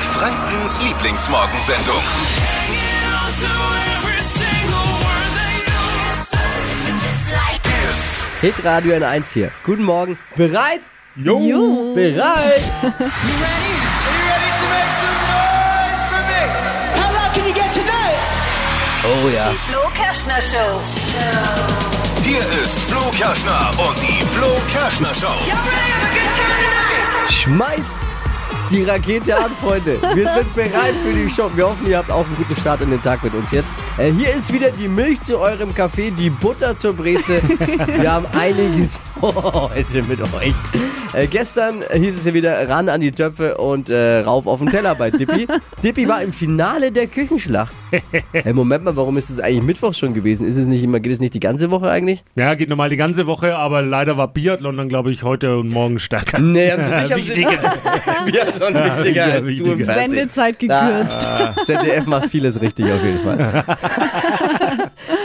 Frankens Lieblingsmorgensendung. Hitradio N1 hier. Guten Morgen. Bereit? Jo. Bereit? Oh ja. Flo Kerschner Show. Hier ist Flo Kerschner und die Flo Kerschner Show. Schmeißt die Rakete an, Freunde. Wir sind bereit für die Show. Wir hoffen, ihr habt auch einen guten Start in den Tag mit uns jetzt. Äh, hier ist wieder die Milch zu eurem Kaffee, die Butter zur Breze. Wir haben einiges vor heute mit euch. Äh, gestern hieß es ja wieder ran an die Töpfe und äh, rauf auf den Teller bei Dippi. Dippi war im Finale der Küchenschlacht. Hey, Moment mal, warum ist es eigentlich Mittwoch schon gewesen? Ist es nicht immer, geht es nicht die ganze Woche eigentlich? Ja, geht normal die ganze Woche, aber leider war Biathlon dann, glaube ich, heute und morgen stärker. Nee, haben sie dich am Wichtiger. Biathlon wichtiger ja, als du im wichtiger. Fernsehen. Sendezeit gekürzt. Ah, ZDF macht vieles richtig auf jeden Fall.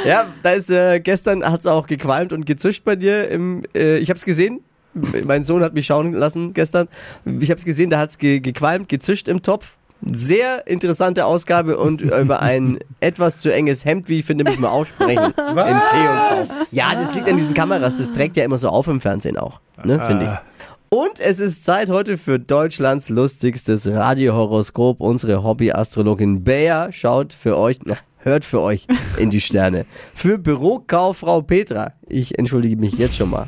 ja, da ist äh, gestern hat's auch gequalmt und gezischt bei dir. Im, äh, ich habe es gesehen. Mein Sohn hat mich schauen lassen gestern. Ich habe es gesehen, da hat's ge gequalmt, gezischt im Topf. Sehr interessante Ausgabe und äh, über ein etwas zu enges Hemd, wie ich finde, müssen wir auch sprechen. Im T&V. Ja, das liegt an diesen Kameras. Das trägt ja immer so auf im Fernsehen auch, ne, finde ich. Und es ist Zeit heute für Deutschlands lustigstes Radiohoroskop. Unsere Hobbyastrologin Bea schaut für euch, na, hört für euch in die Sterne. Für Bürokauffrau Petra, ich entschuldige mich jetzt schon mal.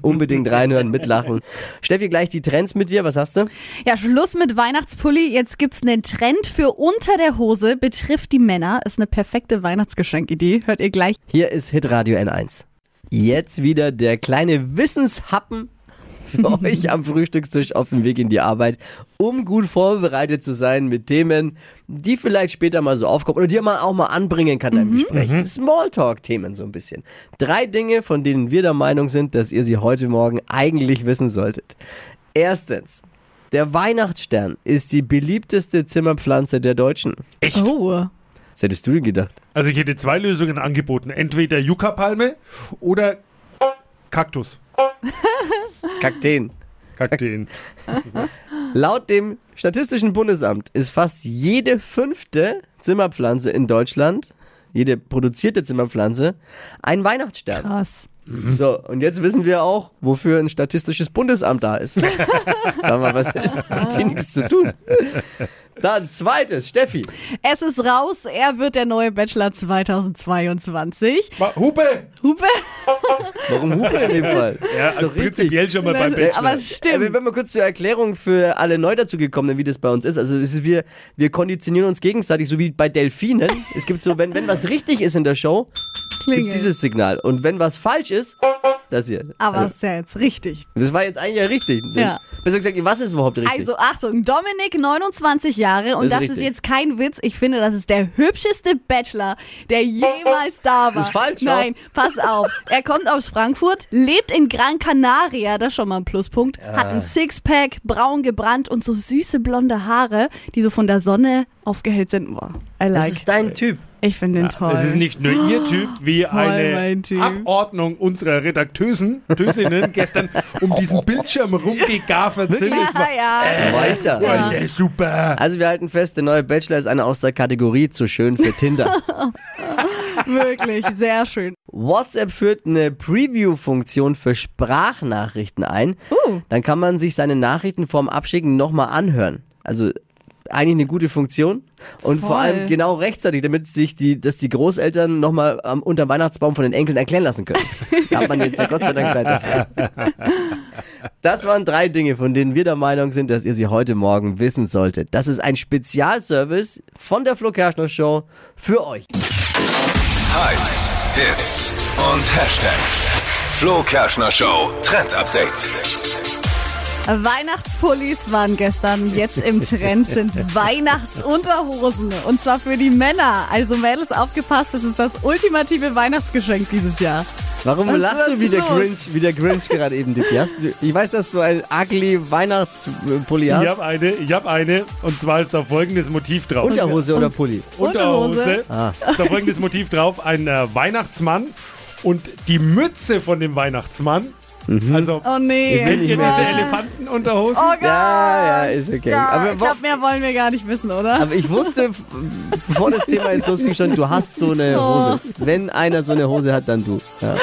Unbedingt reinhören, mitlachen. Steffi, gleich die Trends mit dir. Was hast du? Ja, Schluss mit Weihnachtspulli. Jetzt gibt's einen Trend für unter der Hose. Betrifft die Männer. Ist eine perfekte Weihnachtsgeschenkidee. Hört ihr gleich. Hier ist Hitradio N1. Jetzt wieder der kleine Wissenshappen für euch am Frühstückstisch auf dem Weg in die Arbeit, um gut vorbereitet zu sein mit Themen, die vielleicht später mal so aufkommen oder die man auch mal anbringen kann im Gespräch. Smalltalk-Themen so ein bisschen. Drei Dinge, von denen wir der Meinung sind, dass ihr sie heute Morgen eigentlich wissen solltet. Erstens. Der Weihnachtsstern ist die beliebteste Zimmerpflanze der Deutschen. Echt? Oh. Was hättest du denn gedacht? Also ich hätte zwei Lösungen angeboten. Entweder Yucca-Palme oder Kaktus. Kakteen. Kakteen. Laut dem Statistischen Bundesamt ist fast jede fünfte Zimmerpflanze in Deutschland, jede produzierte Zimmerppflanze, ein Weihnachtsstern. Krass. So, und jetzt wissen wir auch, wofür ein Statistisches Bundesamt da ist. Sag mal, was ist? Hat die nichts zu tun. Dann zweites, Steffi. Es ist raus. Er wird der neue Bachelor 2022. Ma- Hupe! Hupe. Warum Hupe in dem Fall? Ja, also Ist doch prinzipiell schon mal beim Bachelor. Aber es Äh, stimmt. Wenn wir kurz zur Erklärung für alle neu dazugekommenen, wie das bei uns ist. Also es ist, wir, wir konditionieren uns gegenseitig, so wie bei Delfinen. Es gibt so, wenn, wenn was richtig ist in der Show, gibt Klingelt. dieses Signal. Und wenn was falsch ist, das hier. Aber Also, es ist ja jetzt richtig. das war jetzt eigentlich ja richtig. Ah, Ja. Besser gesagt, was ist überhaupt richtig? Also Achtung, Dominik, 29 Jahre und Das das ist ist richtig. jetzt kein Witz. Ich finde, das ist der hübscheste Bachelor, der jemals da war. Das ist falsch, oder? Nein, pass auf. Er kommt aus Frankfurt, lebt in Gran Canaria, das ist schon mal ein Pluspunkt, Ah. hat ein Sixpack, braun gebrannt und so süße blonde Haare, die so von der Sonne aufgehellt sind. Boah, I das like. ist Ah, dein Typ. Ich finde den toll. Es ist nicht nur Ihr Typ, wie eine mein Typ. Abordnung unserer Redaktösen Tösinnen gestern um diesen Bildschirm rumgegafert sind. Es ja, war- ja. Da war ich da. Oh, ja, super! Also wir halten fest, der neue Bachelor ist einer aus der Kategorie zu schön für Tinder. wirklich, sehr schön. WhatsApp führt eine Preview-Funktion für Sprachnachrichten ein. Uh. Dann kann man sich seine Nachrichten vorm Abschicken nochmal anhören. Also eigentlich eine gute Funktion und vor Voll. allem genau rechtzeitig, damit sich die, dass die Großeltern nochmal am unter dem Weihnachtsbaum von den Enkeln erklären lassen können. da hat man jetzt ja Gott sei Dank Zeit dafür. Das waren drei Dinge, von denen wir der Meinung sind, dass ihr sie heute Morgen wissen solltet. Das ist ein Spezialservice von der Flo Kerschner Show für euch. Hypes, Hits und Hashtags. Flo Kerschner Show Trend Update. Weihnachtspullis waren gestern jetzt im Trend, sind Weihnachtsunterhosen. Und zwar für die Männer. Also Mädels, aufgepasst, das ist das ultimative Weihnachtsgeschenk dieses Jahr. Warum Was lachst ist du wie der, los? Grinch, wie der Grinch gerade eben, Dippy? Hast du, ich weiß, dass du ein ugly Weihnachtspulli hast. Ich habe eine, ich habe eine, und zwar ist da folgendes Motiv drauf. Unterhose oder Pulli? Unterhose. Unterhose. Ah. Ist da folgendes Motiv drauf: ein äh, Weihnachtsmann und die Mütze von dem Weihnachtsmann Mhm. Also, Oh Ich will nee. kennt ihr nicht mehr diese wissen. Elefantenunterhosen? Oh Gott. Ja, ja, ist okay. Aber Aber, ich wo- glaube, mehr wollen wir gar nicht wissen, oder? aber ich wusste, f- bevor das Thema jetzt losging, schon, du hast so eine Oh. Hose. Wenn einer so eine Hose hat, dann du. Ja.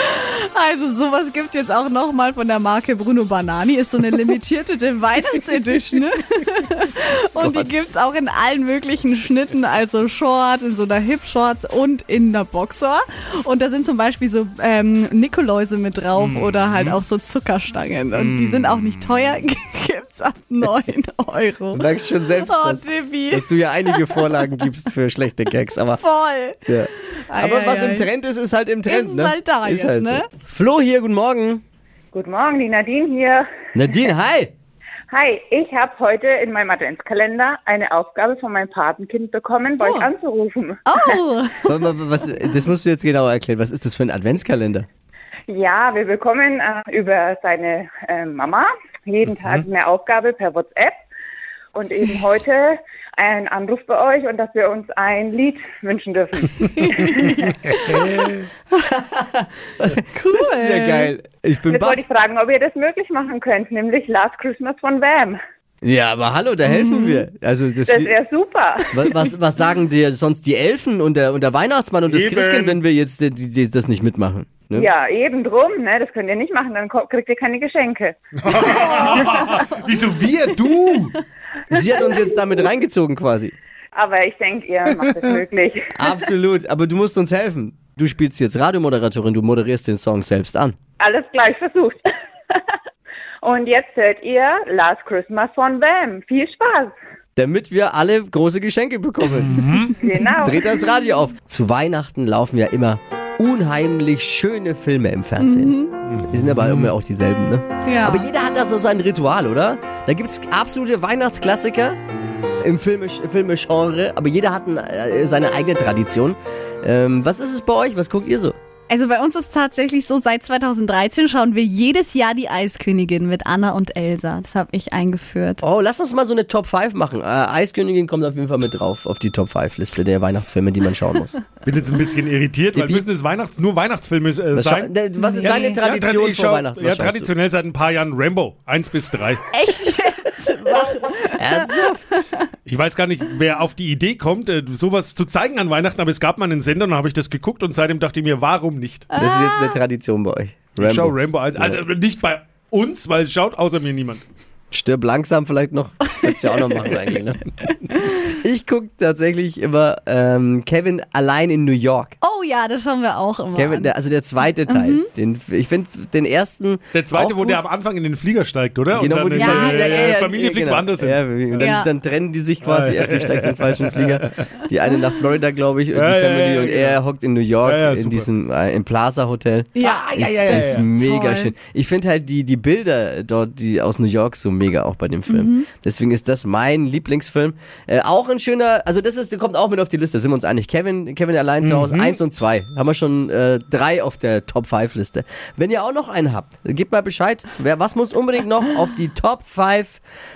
Also sowas gibt's jetzt auch nochmal von der Marke Bruno Banani. Ist so eine limitierte Weihnachtsedition. Ne? Oh Und die gibt's auch in allen möglichen Schnitten, also Short, in so einer Hip-Short und in einer Boxer. Und da sind zum Beispiel so ähm, Nikoläuse mit drauf Mhm. oder halt auch so Zuckerstangen. Und die sind auch nicht teuer, gibt's ab 9 Euro. Du merkst schon selbst, Oh, dass, Dibi, dass du ja einige Vorlagen gibst für schlechte Gags. Aber, voll. ja. Ei, aber ei, was ei. im Trend ist, ist halt im Trend. Ist ne? halt da ist jetzt, halt so. ne? Flo hier, guten Morgen. Guten Morgen, die Nadine hier. Nadine, hi. Hi, ich habe heute in meinem Adventskalender eine Aufgabe von meinem Patenkind bekommen, bei Oh. euch anzurufen. Oh, Wa- wa- wa- Was, das musst du jetzt genauer erklären. Was ist das für ein Adventskalender? Ja, wir bekommen äh, über seine äh, Mama jeden Mhm. Tag eine Aufgabe per WhatsApp und eben heute einen Anruf bei euch und dass wir uns ein Lied wünschen dürfen. cool. Das ist ja geil. Ich bin Jetzt baff. wollte ich fragen, ob ihr das möglich machen könnt, nämlich Last Christmas von Wham. Ja, aber hallo, da helfen wir. Also das, Mhm. Das wäre super. Wa- was, was sagen dir sonst die Elfen und der, und der Weihnachtsmann und das Eben. Christkind, wenn wir jetzt die, die, die, das nicht mitmachen? Ne? Ja, eben drum, ne? Das könnt ihr nicht machen, dann ko- kriegt ihr keine Geschenke. Wieso wir? Du? Sie hat uns jetzt damit reingezogen quasi. Aber ich denke, ihr macht es möglich. Absolut, aber du musst uns helfen. Du spielst jetzt Radiomoderatorin, du moderierst den Song selbst an. Alles gleich versucht. Und jetzt hört ihr Last Christmas von Bam. Viel Spaß. Damit wir alle große Geschenke bekommen. Genau. Dreht das Radio auf. Zu Weihnachten laufen ja immer unheimlich schöne Filme im Fernsehen. Die sind aber immer auch dieselben, ne? Ja. Aber jeder hat da so sein Ritual, oder? Da gibt's absolute Weihnachtsklassiker im Filmisch- Filmisch-Genre, aber jeder hat ein, äh, seine eigene Tradition. Ähm, was ist es bei euch? Was guckt ihr so? Also bei uns ist tatsächlich so, seit 2013 schauen wir jedes Jahr die Eiskönigin mit Anna und Elsa. Das habe ich eingeführt. Oh, lass uns mal so eine Top 5 machen. Äh, Eiskönigin kommt auf jeden Fall mit drauf auf die Top 5-Liste der Weihnachtsfilme, die man schauen muss. Bin jetzt ein bisschen irritiert, weil Debi- müssen es Weihnachts nur Weihnachtsfilme äh, Was, scha- sein. ne, was ist deine Tradition ja, tradi- ich vor schau- Weihnachten? Ja, Was schaust du? traditionell seit ein paar Jahren Rambo. Eins bis drei. Ernsthaft? Ich weiß gar nicht, wer auf die Idee kommt, äh, sowas zu zeigen an Weihnachten, aber es gab mal einen Sender und dann habe ich das geguckt und seitdem dachte ich mir, warum nicht? Das ist jetzt eine Tradition bei euch. Ich schau Rambo ein. Also äh, nicht bei uns, weil es schaut außer mir niemand. Stirb langsam vielleicht noch. Kannst du ja auch noch machen eigentlich, ne? Ich gucke tatsächlich immer ähm, Kevin allein in New York. Oh ja, das schauen wir auch immer. Kevin, an. der, also der zweite Teil. Den, ich finde den ersten. Der zweite, auch wo gut. der am Anfang in den Flieger steigt, oder? Genau, wo und die dann Ja, Familie, äh, ja, ja, ja, Familie ja, fliegt genau. woanders hin. Ja, und dann, Ja. dann trennen die sich quasi. Er steigt in den falschen Flieger. Die eine nach Florida, glaube ich, und Ja, die ja, Family. ja, und genau. er hockt in New York, Ja, ja, in super. diesem, äh, im Plaza Hotel. ja. ist, ist mega Toll. schön. Ich finde halt die, die Bilder dort, die aus New York so mega auch bei dem Film. Mhm. Deswegen ist das mein Lieblingsfilm. Äh, auch ein schöner, also das ist, kommt auch mit auf die Liste, sind wir uns einig. Kevin, Kevin allein zu Mhm. Hause, eins und zwei. Haben wir schon äh, drei auf der Top 5 Liste. Wenn ihr auch noch einen habt, gebt mal Bescheid. Wer, was muss unbedingt noch auf die Top 5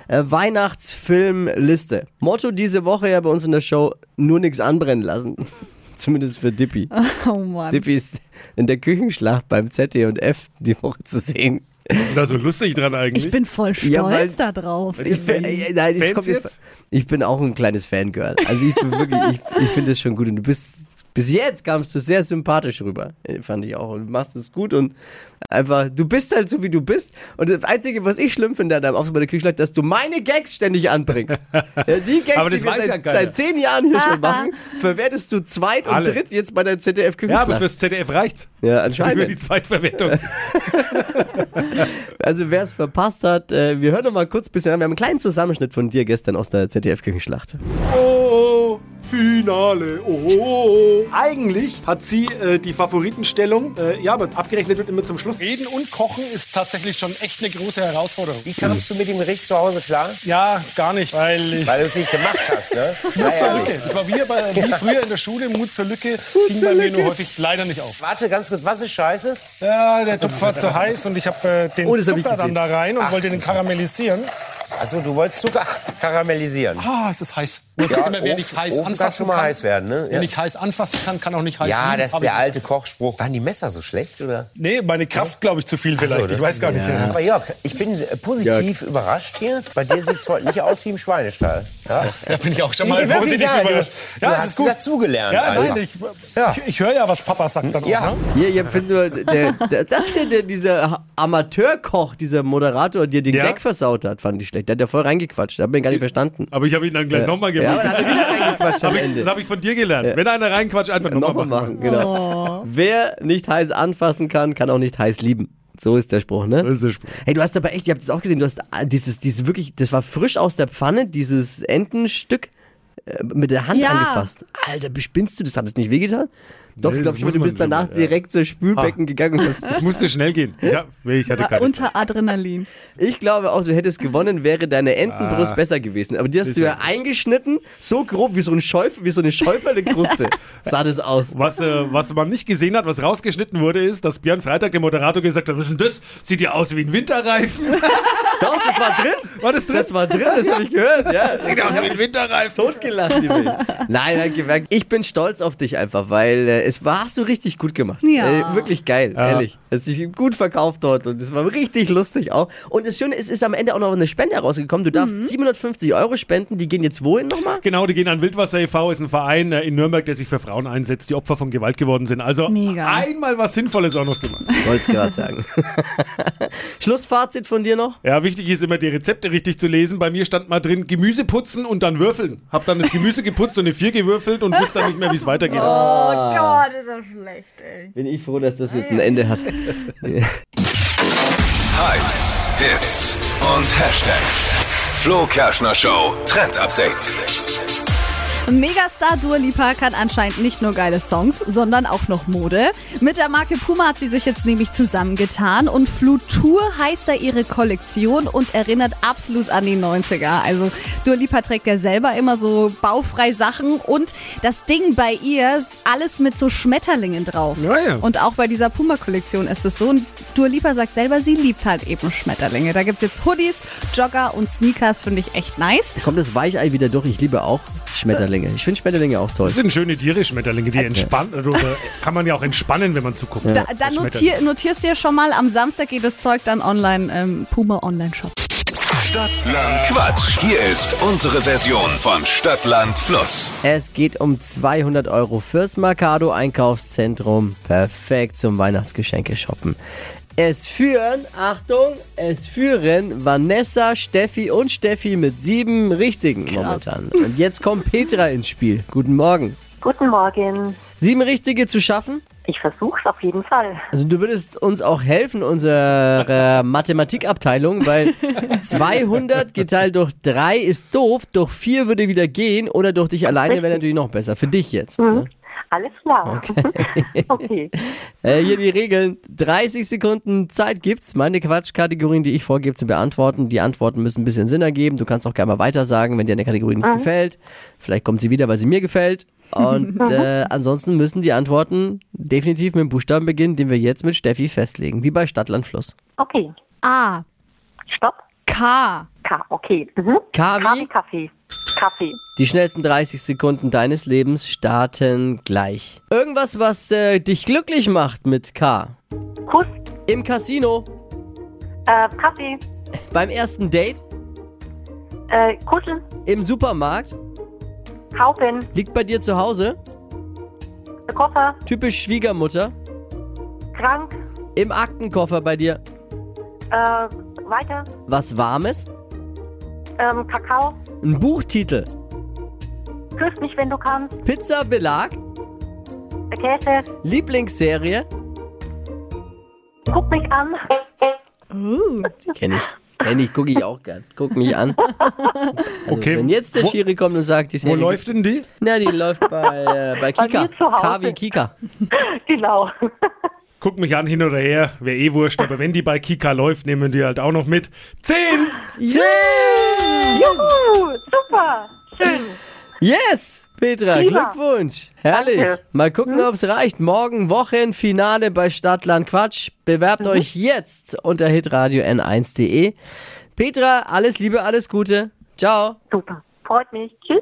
äh, Weihnachtsfilmliste? Motto diese Woche ja bei uns in der Show, nur nichts anbrennen lassen. Zumindest für Dippy. Oh Mann. Dippi ist in der Küchenschlacht beim ZDF die Woche zu sehen. Da so lustig dran eigentlich. Ich bin voll stolz Ja, weil- da drauf. Weil- Ich, bin- Fans äh, nein, es kommt jetzt, jetzt? ich bin auch ein kleines Fangirl. Also ich bin wirklich, ich, ich finde es schon gut. Und du bist, bis jetzt kamst du sehr sympathisch rüber, äh, fand ich auch. Und du machst es gut und einfach, du bist halt so, wie du bist. Und das Einzige, was ich schlimm finde an deinem Auftritt bei der Küchenschlacht, dass du meine Gags ständig anbringst. Ja, die Gags, Aber das die wir weiß seit, ja keiner. seit zehn Jahren hier schon machen, verwertest du zweit und Alle. dritt jetzt bei ja, der aber ZDF-Küchenschlacht. fürs ZDF reicht. ja Über anscheinend. die Zweitverwertung. Also wer es verpasst hat, äh, wir hören noch mal kurz ein bisschen an. Wir haben einen kleinen Zusammenschnitt von dir gestern aus der ZDF-Küchenschlacht. Oh, Finale. Oh. Eigentlich hat sie äh, die Favoritenstellung. Äh, ja, aber abgerechnet wird immer zum Schluss. Reden und Kochen ist tatsächlich schon echt eine große Herausforderung. Wie kamst du mit dem Gericht zu Hause klar? Ja, gar nicht, weil ich Weil du es nicht gemacht hast, ne? Mut zur Naja. Lücke. Ich war wie, bei, wie früher in der Schule, Mut zur Lücke ging bei mir nur häufig leider nicht auf. Warte, ganz kurz, was ist scheiße? Ja, der Topf war zu heiß und ich habe äh, den Oh, das hab ich Zucker dann gesehen. da rein und wollte den karamellisieren. Achso, du wolltest Zucker karamellisieren. Ah, es ist heiß. Man Ja, sagt immer, wer Ofen- nicht heiß Ofen kann anfassen schon mal heiß werden, ne? Wer Ja. nicht heiß anfassen kann, kann auch nicht heiß Ja, lieben, das ist aber- der alte Kochspruch. Waren die Messer so schlecht, oder? Nee, meine Kraft, glaube ich, zu viel vielleicht. So, das- ich weiß gar nicht. Ja. Aber Jörg, ich bin äh, positiv überrascht hier. Bei dir sieht es heute nicht aus wie im Schweinestall. Ja, Da bin ich auch schon mal wirklich, positiv ja, du, überrascht. du Ja, es hast ist gut. dazugelernt. Ja, einfach. nein, ich, Ja. ich, ich höre ja, was Papa sagt dann Ja. auch. Ne? Hier, ihr findet nur, der, der, das hier, der, dieser Ha- Amateurkoch, dieser Moderator, der den Ja. Gag versaut hat, fand ich schlecht. Der hat ja voll reingequatscht. Da hab ich gar nicht verstanden. Aber ich habe ihn dann gleich nochmal Ja, aber gemacht. da hat er wieder reingequatscht am Hab ich, das Ende. habe ich von dir gelernt. Wenn einer reinquatscht, einfach nochmal Nochmal machen. machen, genau. Wer nicht heiß anfassen kann, kann auch nicht heiß lieben. So ist der Spruch, ne? Das ist der Spruch. Hey, du hast aber echt, ihr habt das auch gesehen, du hast ah, dieses, dieses wirklich, das war frisch aus der Pfanne, dieses Entenstück äh, mit der Hand Ja. angefasst. Alter, bespinnst du das? Hat es nicht wehgetan? Doch, Nee, ich das glaube schon, muss du man bist danach drüber, ja. direkt zum Spülbecken gegangen und hast Das musste schnell gehen. Ja, nee, ich hatte War keine. unter Adrenalin. Ich glaube auch, du hättest gewonnen, wäre deine Entenbrust Ah. besser gewesen. Aber die hast du ja eingeschnitten, so grob wie so, ein Schäuf, wie so eine Schäuferle-Kruste sah das aus. Was, äh, was man nicht gesehen hat, was rausgeschnitten wurde, ist, dass Björn Freitag, der Moderator, gesagt hat, was ist denn das? Sieht ja aus wie ein Winterreifen. Doch, das war drin. War das drin? Das war drin, das habe ich gelacht. Ja, das ich hab wie ein Winterreifen. totgelacht, die Welt. Nein, hat gemerkt. Ich bin stolz auf dich einfach, weil äh, es war, hast du richtig gut gemacht. Ja. Äh, wirklich geil, Ja. ehrlich. Hast dich gut verkauft dort und es war richtig lustig auch. Und das Schöne ist, es ist am Ende auch noch eine Spende herausgekommen. Du darfst 750 Euro spenden, die gehen jetzt wohin nochmal? Genau, die gehen an Wildwasser e.V., ist ein Verein äh, in Nürnberg, der sich für Frauen einsetzt, die Opfer von Gewalt geworden sind. Also Mega. einmal was Sinnvolles auch noch gemacht. Wollte es gerade sagen. Schlussfazit von dir noch? Ja, wichtig ist immer, die Rezepte richtig zu lesen. Bei mir stand mal drin, Gemüse putzen und dann würfeln. Hab dann das Gemüse geputzt und eine 4 gewürfelt und wusste dann nicht mehr, wie es weitergeht. Oh Gott, ist er schlecht, ey. Bin ich froh, dass das jetzt ein Ende hat. Hypes, Hits und Hashtags. Flo Kerschner Show Trend Update. Megastar Dua Lipa kann anscheinend nicht nur geile Songs, sondern auch noch Mode. Mit der Marke Puma hat sie sich jetzt nämlich zusammengetan und Flutur heißt da ihre Kollektion und erinnert absolut an die 90er. Also Dua Lipa trägt ja selber immer so baufrei Sachen und das Ding bei ihr ist alles mit so Schmetterlingen drauf. Ja, ja. Und auch bei dieser Puma-Kollektion ist es so. Und Dua Lipa sagt selber, sie liebt halt eben Schmetterlinge. Da gibt's jetzt Hoodies, Jogger und Sneakers, finde ich echt nice. Kommt das Weichei wieder durch? Ich liebe auch Schmetterlinge. Ich finde Schmetterlinge auch toll. Das sind schöne Tiere, Schmetterlinge, die entspannen. Oder kann man ja auch entspannen, wenn man zuguckt. Da, Äh, dann Schmetterlinge. notier, notierst dir schon mal, am Samstag geht das Zeug dann online, ähm, Puma Online-Shop. Stadtland Quatsch. Hier ist unsere Version von Stadtland Fluss. Es geht um 200 Euro fürs Mercado Einkaufszentrum. Perfekt zum Weihnachtsgeschenke shoppen. Es führen, Achtung, es führen Vanessa, Steffi und Steffi mit sieben richtigen momentan. Und jetzt kommt Petra ins Spiel. Guten Morgen. Guten Morgen. Sieben richtige zu schaffen? Ich versuch's auf jeden Fall. Also du würdest uns auch helfen, unsere Mathematikabteilung, weil 200 geteilt durch 3 ist doof, durch 4 würde wieder gehen oder durch dich alleine wäre natürlich noch besser. Für dich jetzt. Ne? Alles klar. Okay. Äh, hier die Regeln. 30 Sekunden Zeit gibt's, meine Quatschkategorien, die ich vorgebe, zu beantworten. Die Antworten müssen ein bisschen Sinn ergeben. Du kannst auch gerne mal weitersagen, wenn dir eine Kategorie nicht gefällt. Vielleicht kommt sie wieder, weil sie mir gefällt. Und äh, ansonsten müssen die Antworten definitiv mit dem Buchstaben beginnen, den wir jetzt mit Steffi festlegen, wie bei Stadtland Fluss. Okay. A. Stopp. K. K. Okay. Mhm. Kavi, Kaffee, Kaffee. Kaffee. die schnellsten 30 Sekunden deines Lebens starten gleich. Irgendwas, was äh, dich glücklich macht mit K. Kuss. Im Casino, Äh, Kaffee. beim ersten Date, Äh, Kuscheln. im Supermarkt, Kaufen. liegt bei dir zu Hause, Koffer. typisch Schwiegermutter, Krank. im Aktenkoffer bei dir, Äh, weiter. was Warmes, Ähm, Kakao. ein Buchtitel, Küss mich, wenn du kannst. Pizzabelag, Äh, Käse. Lieblingsserie, Guck mich an. kenn ich. Kenn ich, gucke ich auch gern. Guck mich an. Also, Okay. Wenn jetzt der Wo- Schiri kommt und sagt, die Wo Serie läuft denn die? Na, die läuft bei, äh, bei Bei Kika. mir zu Hause. KW Kika. Genau. Guck mich an, hin oder her, wäre eh wurscht, aber wenn die bei Kika läuft, nehmen die halt auch noch mit. Zehn! Juhu. Super. Schön. Yes! Petra, Prima. Glückwunsch! Herrlich! Danke. Hm? Mal gucken, ob's ob es reicht. Morgen Mhm. Wochenfinale bei Stadtland Quatsch. Bewerbt euch jetzt unter hitradio n1.de. Petra, alles Liebe, alles Gute. Ciao. Super. Freut mich. Tschüss.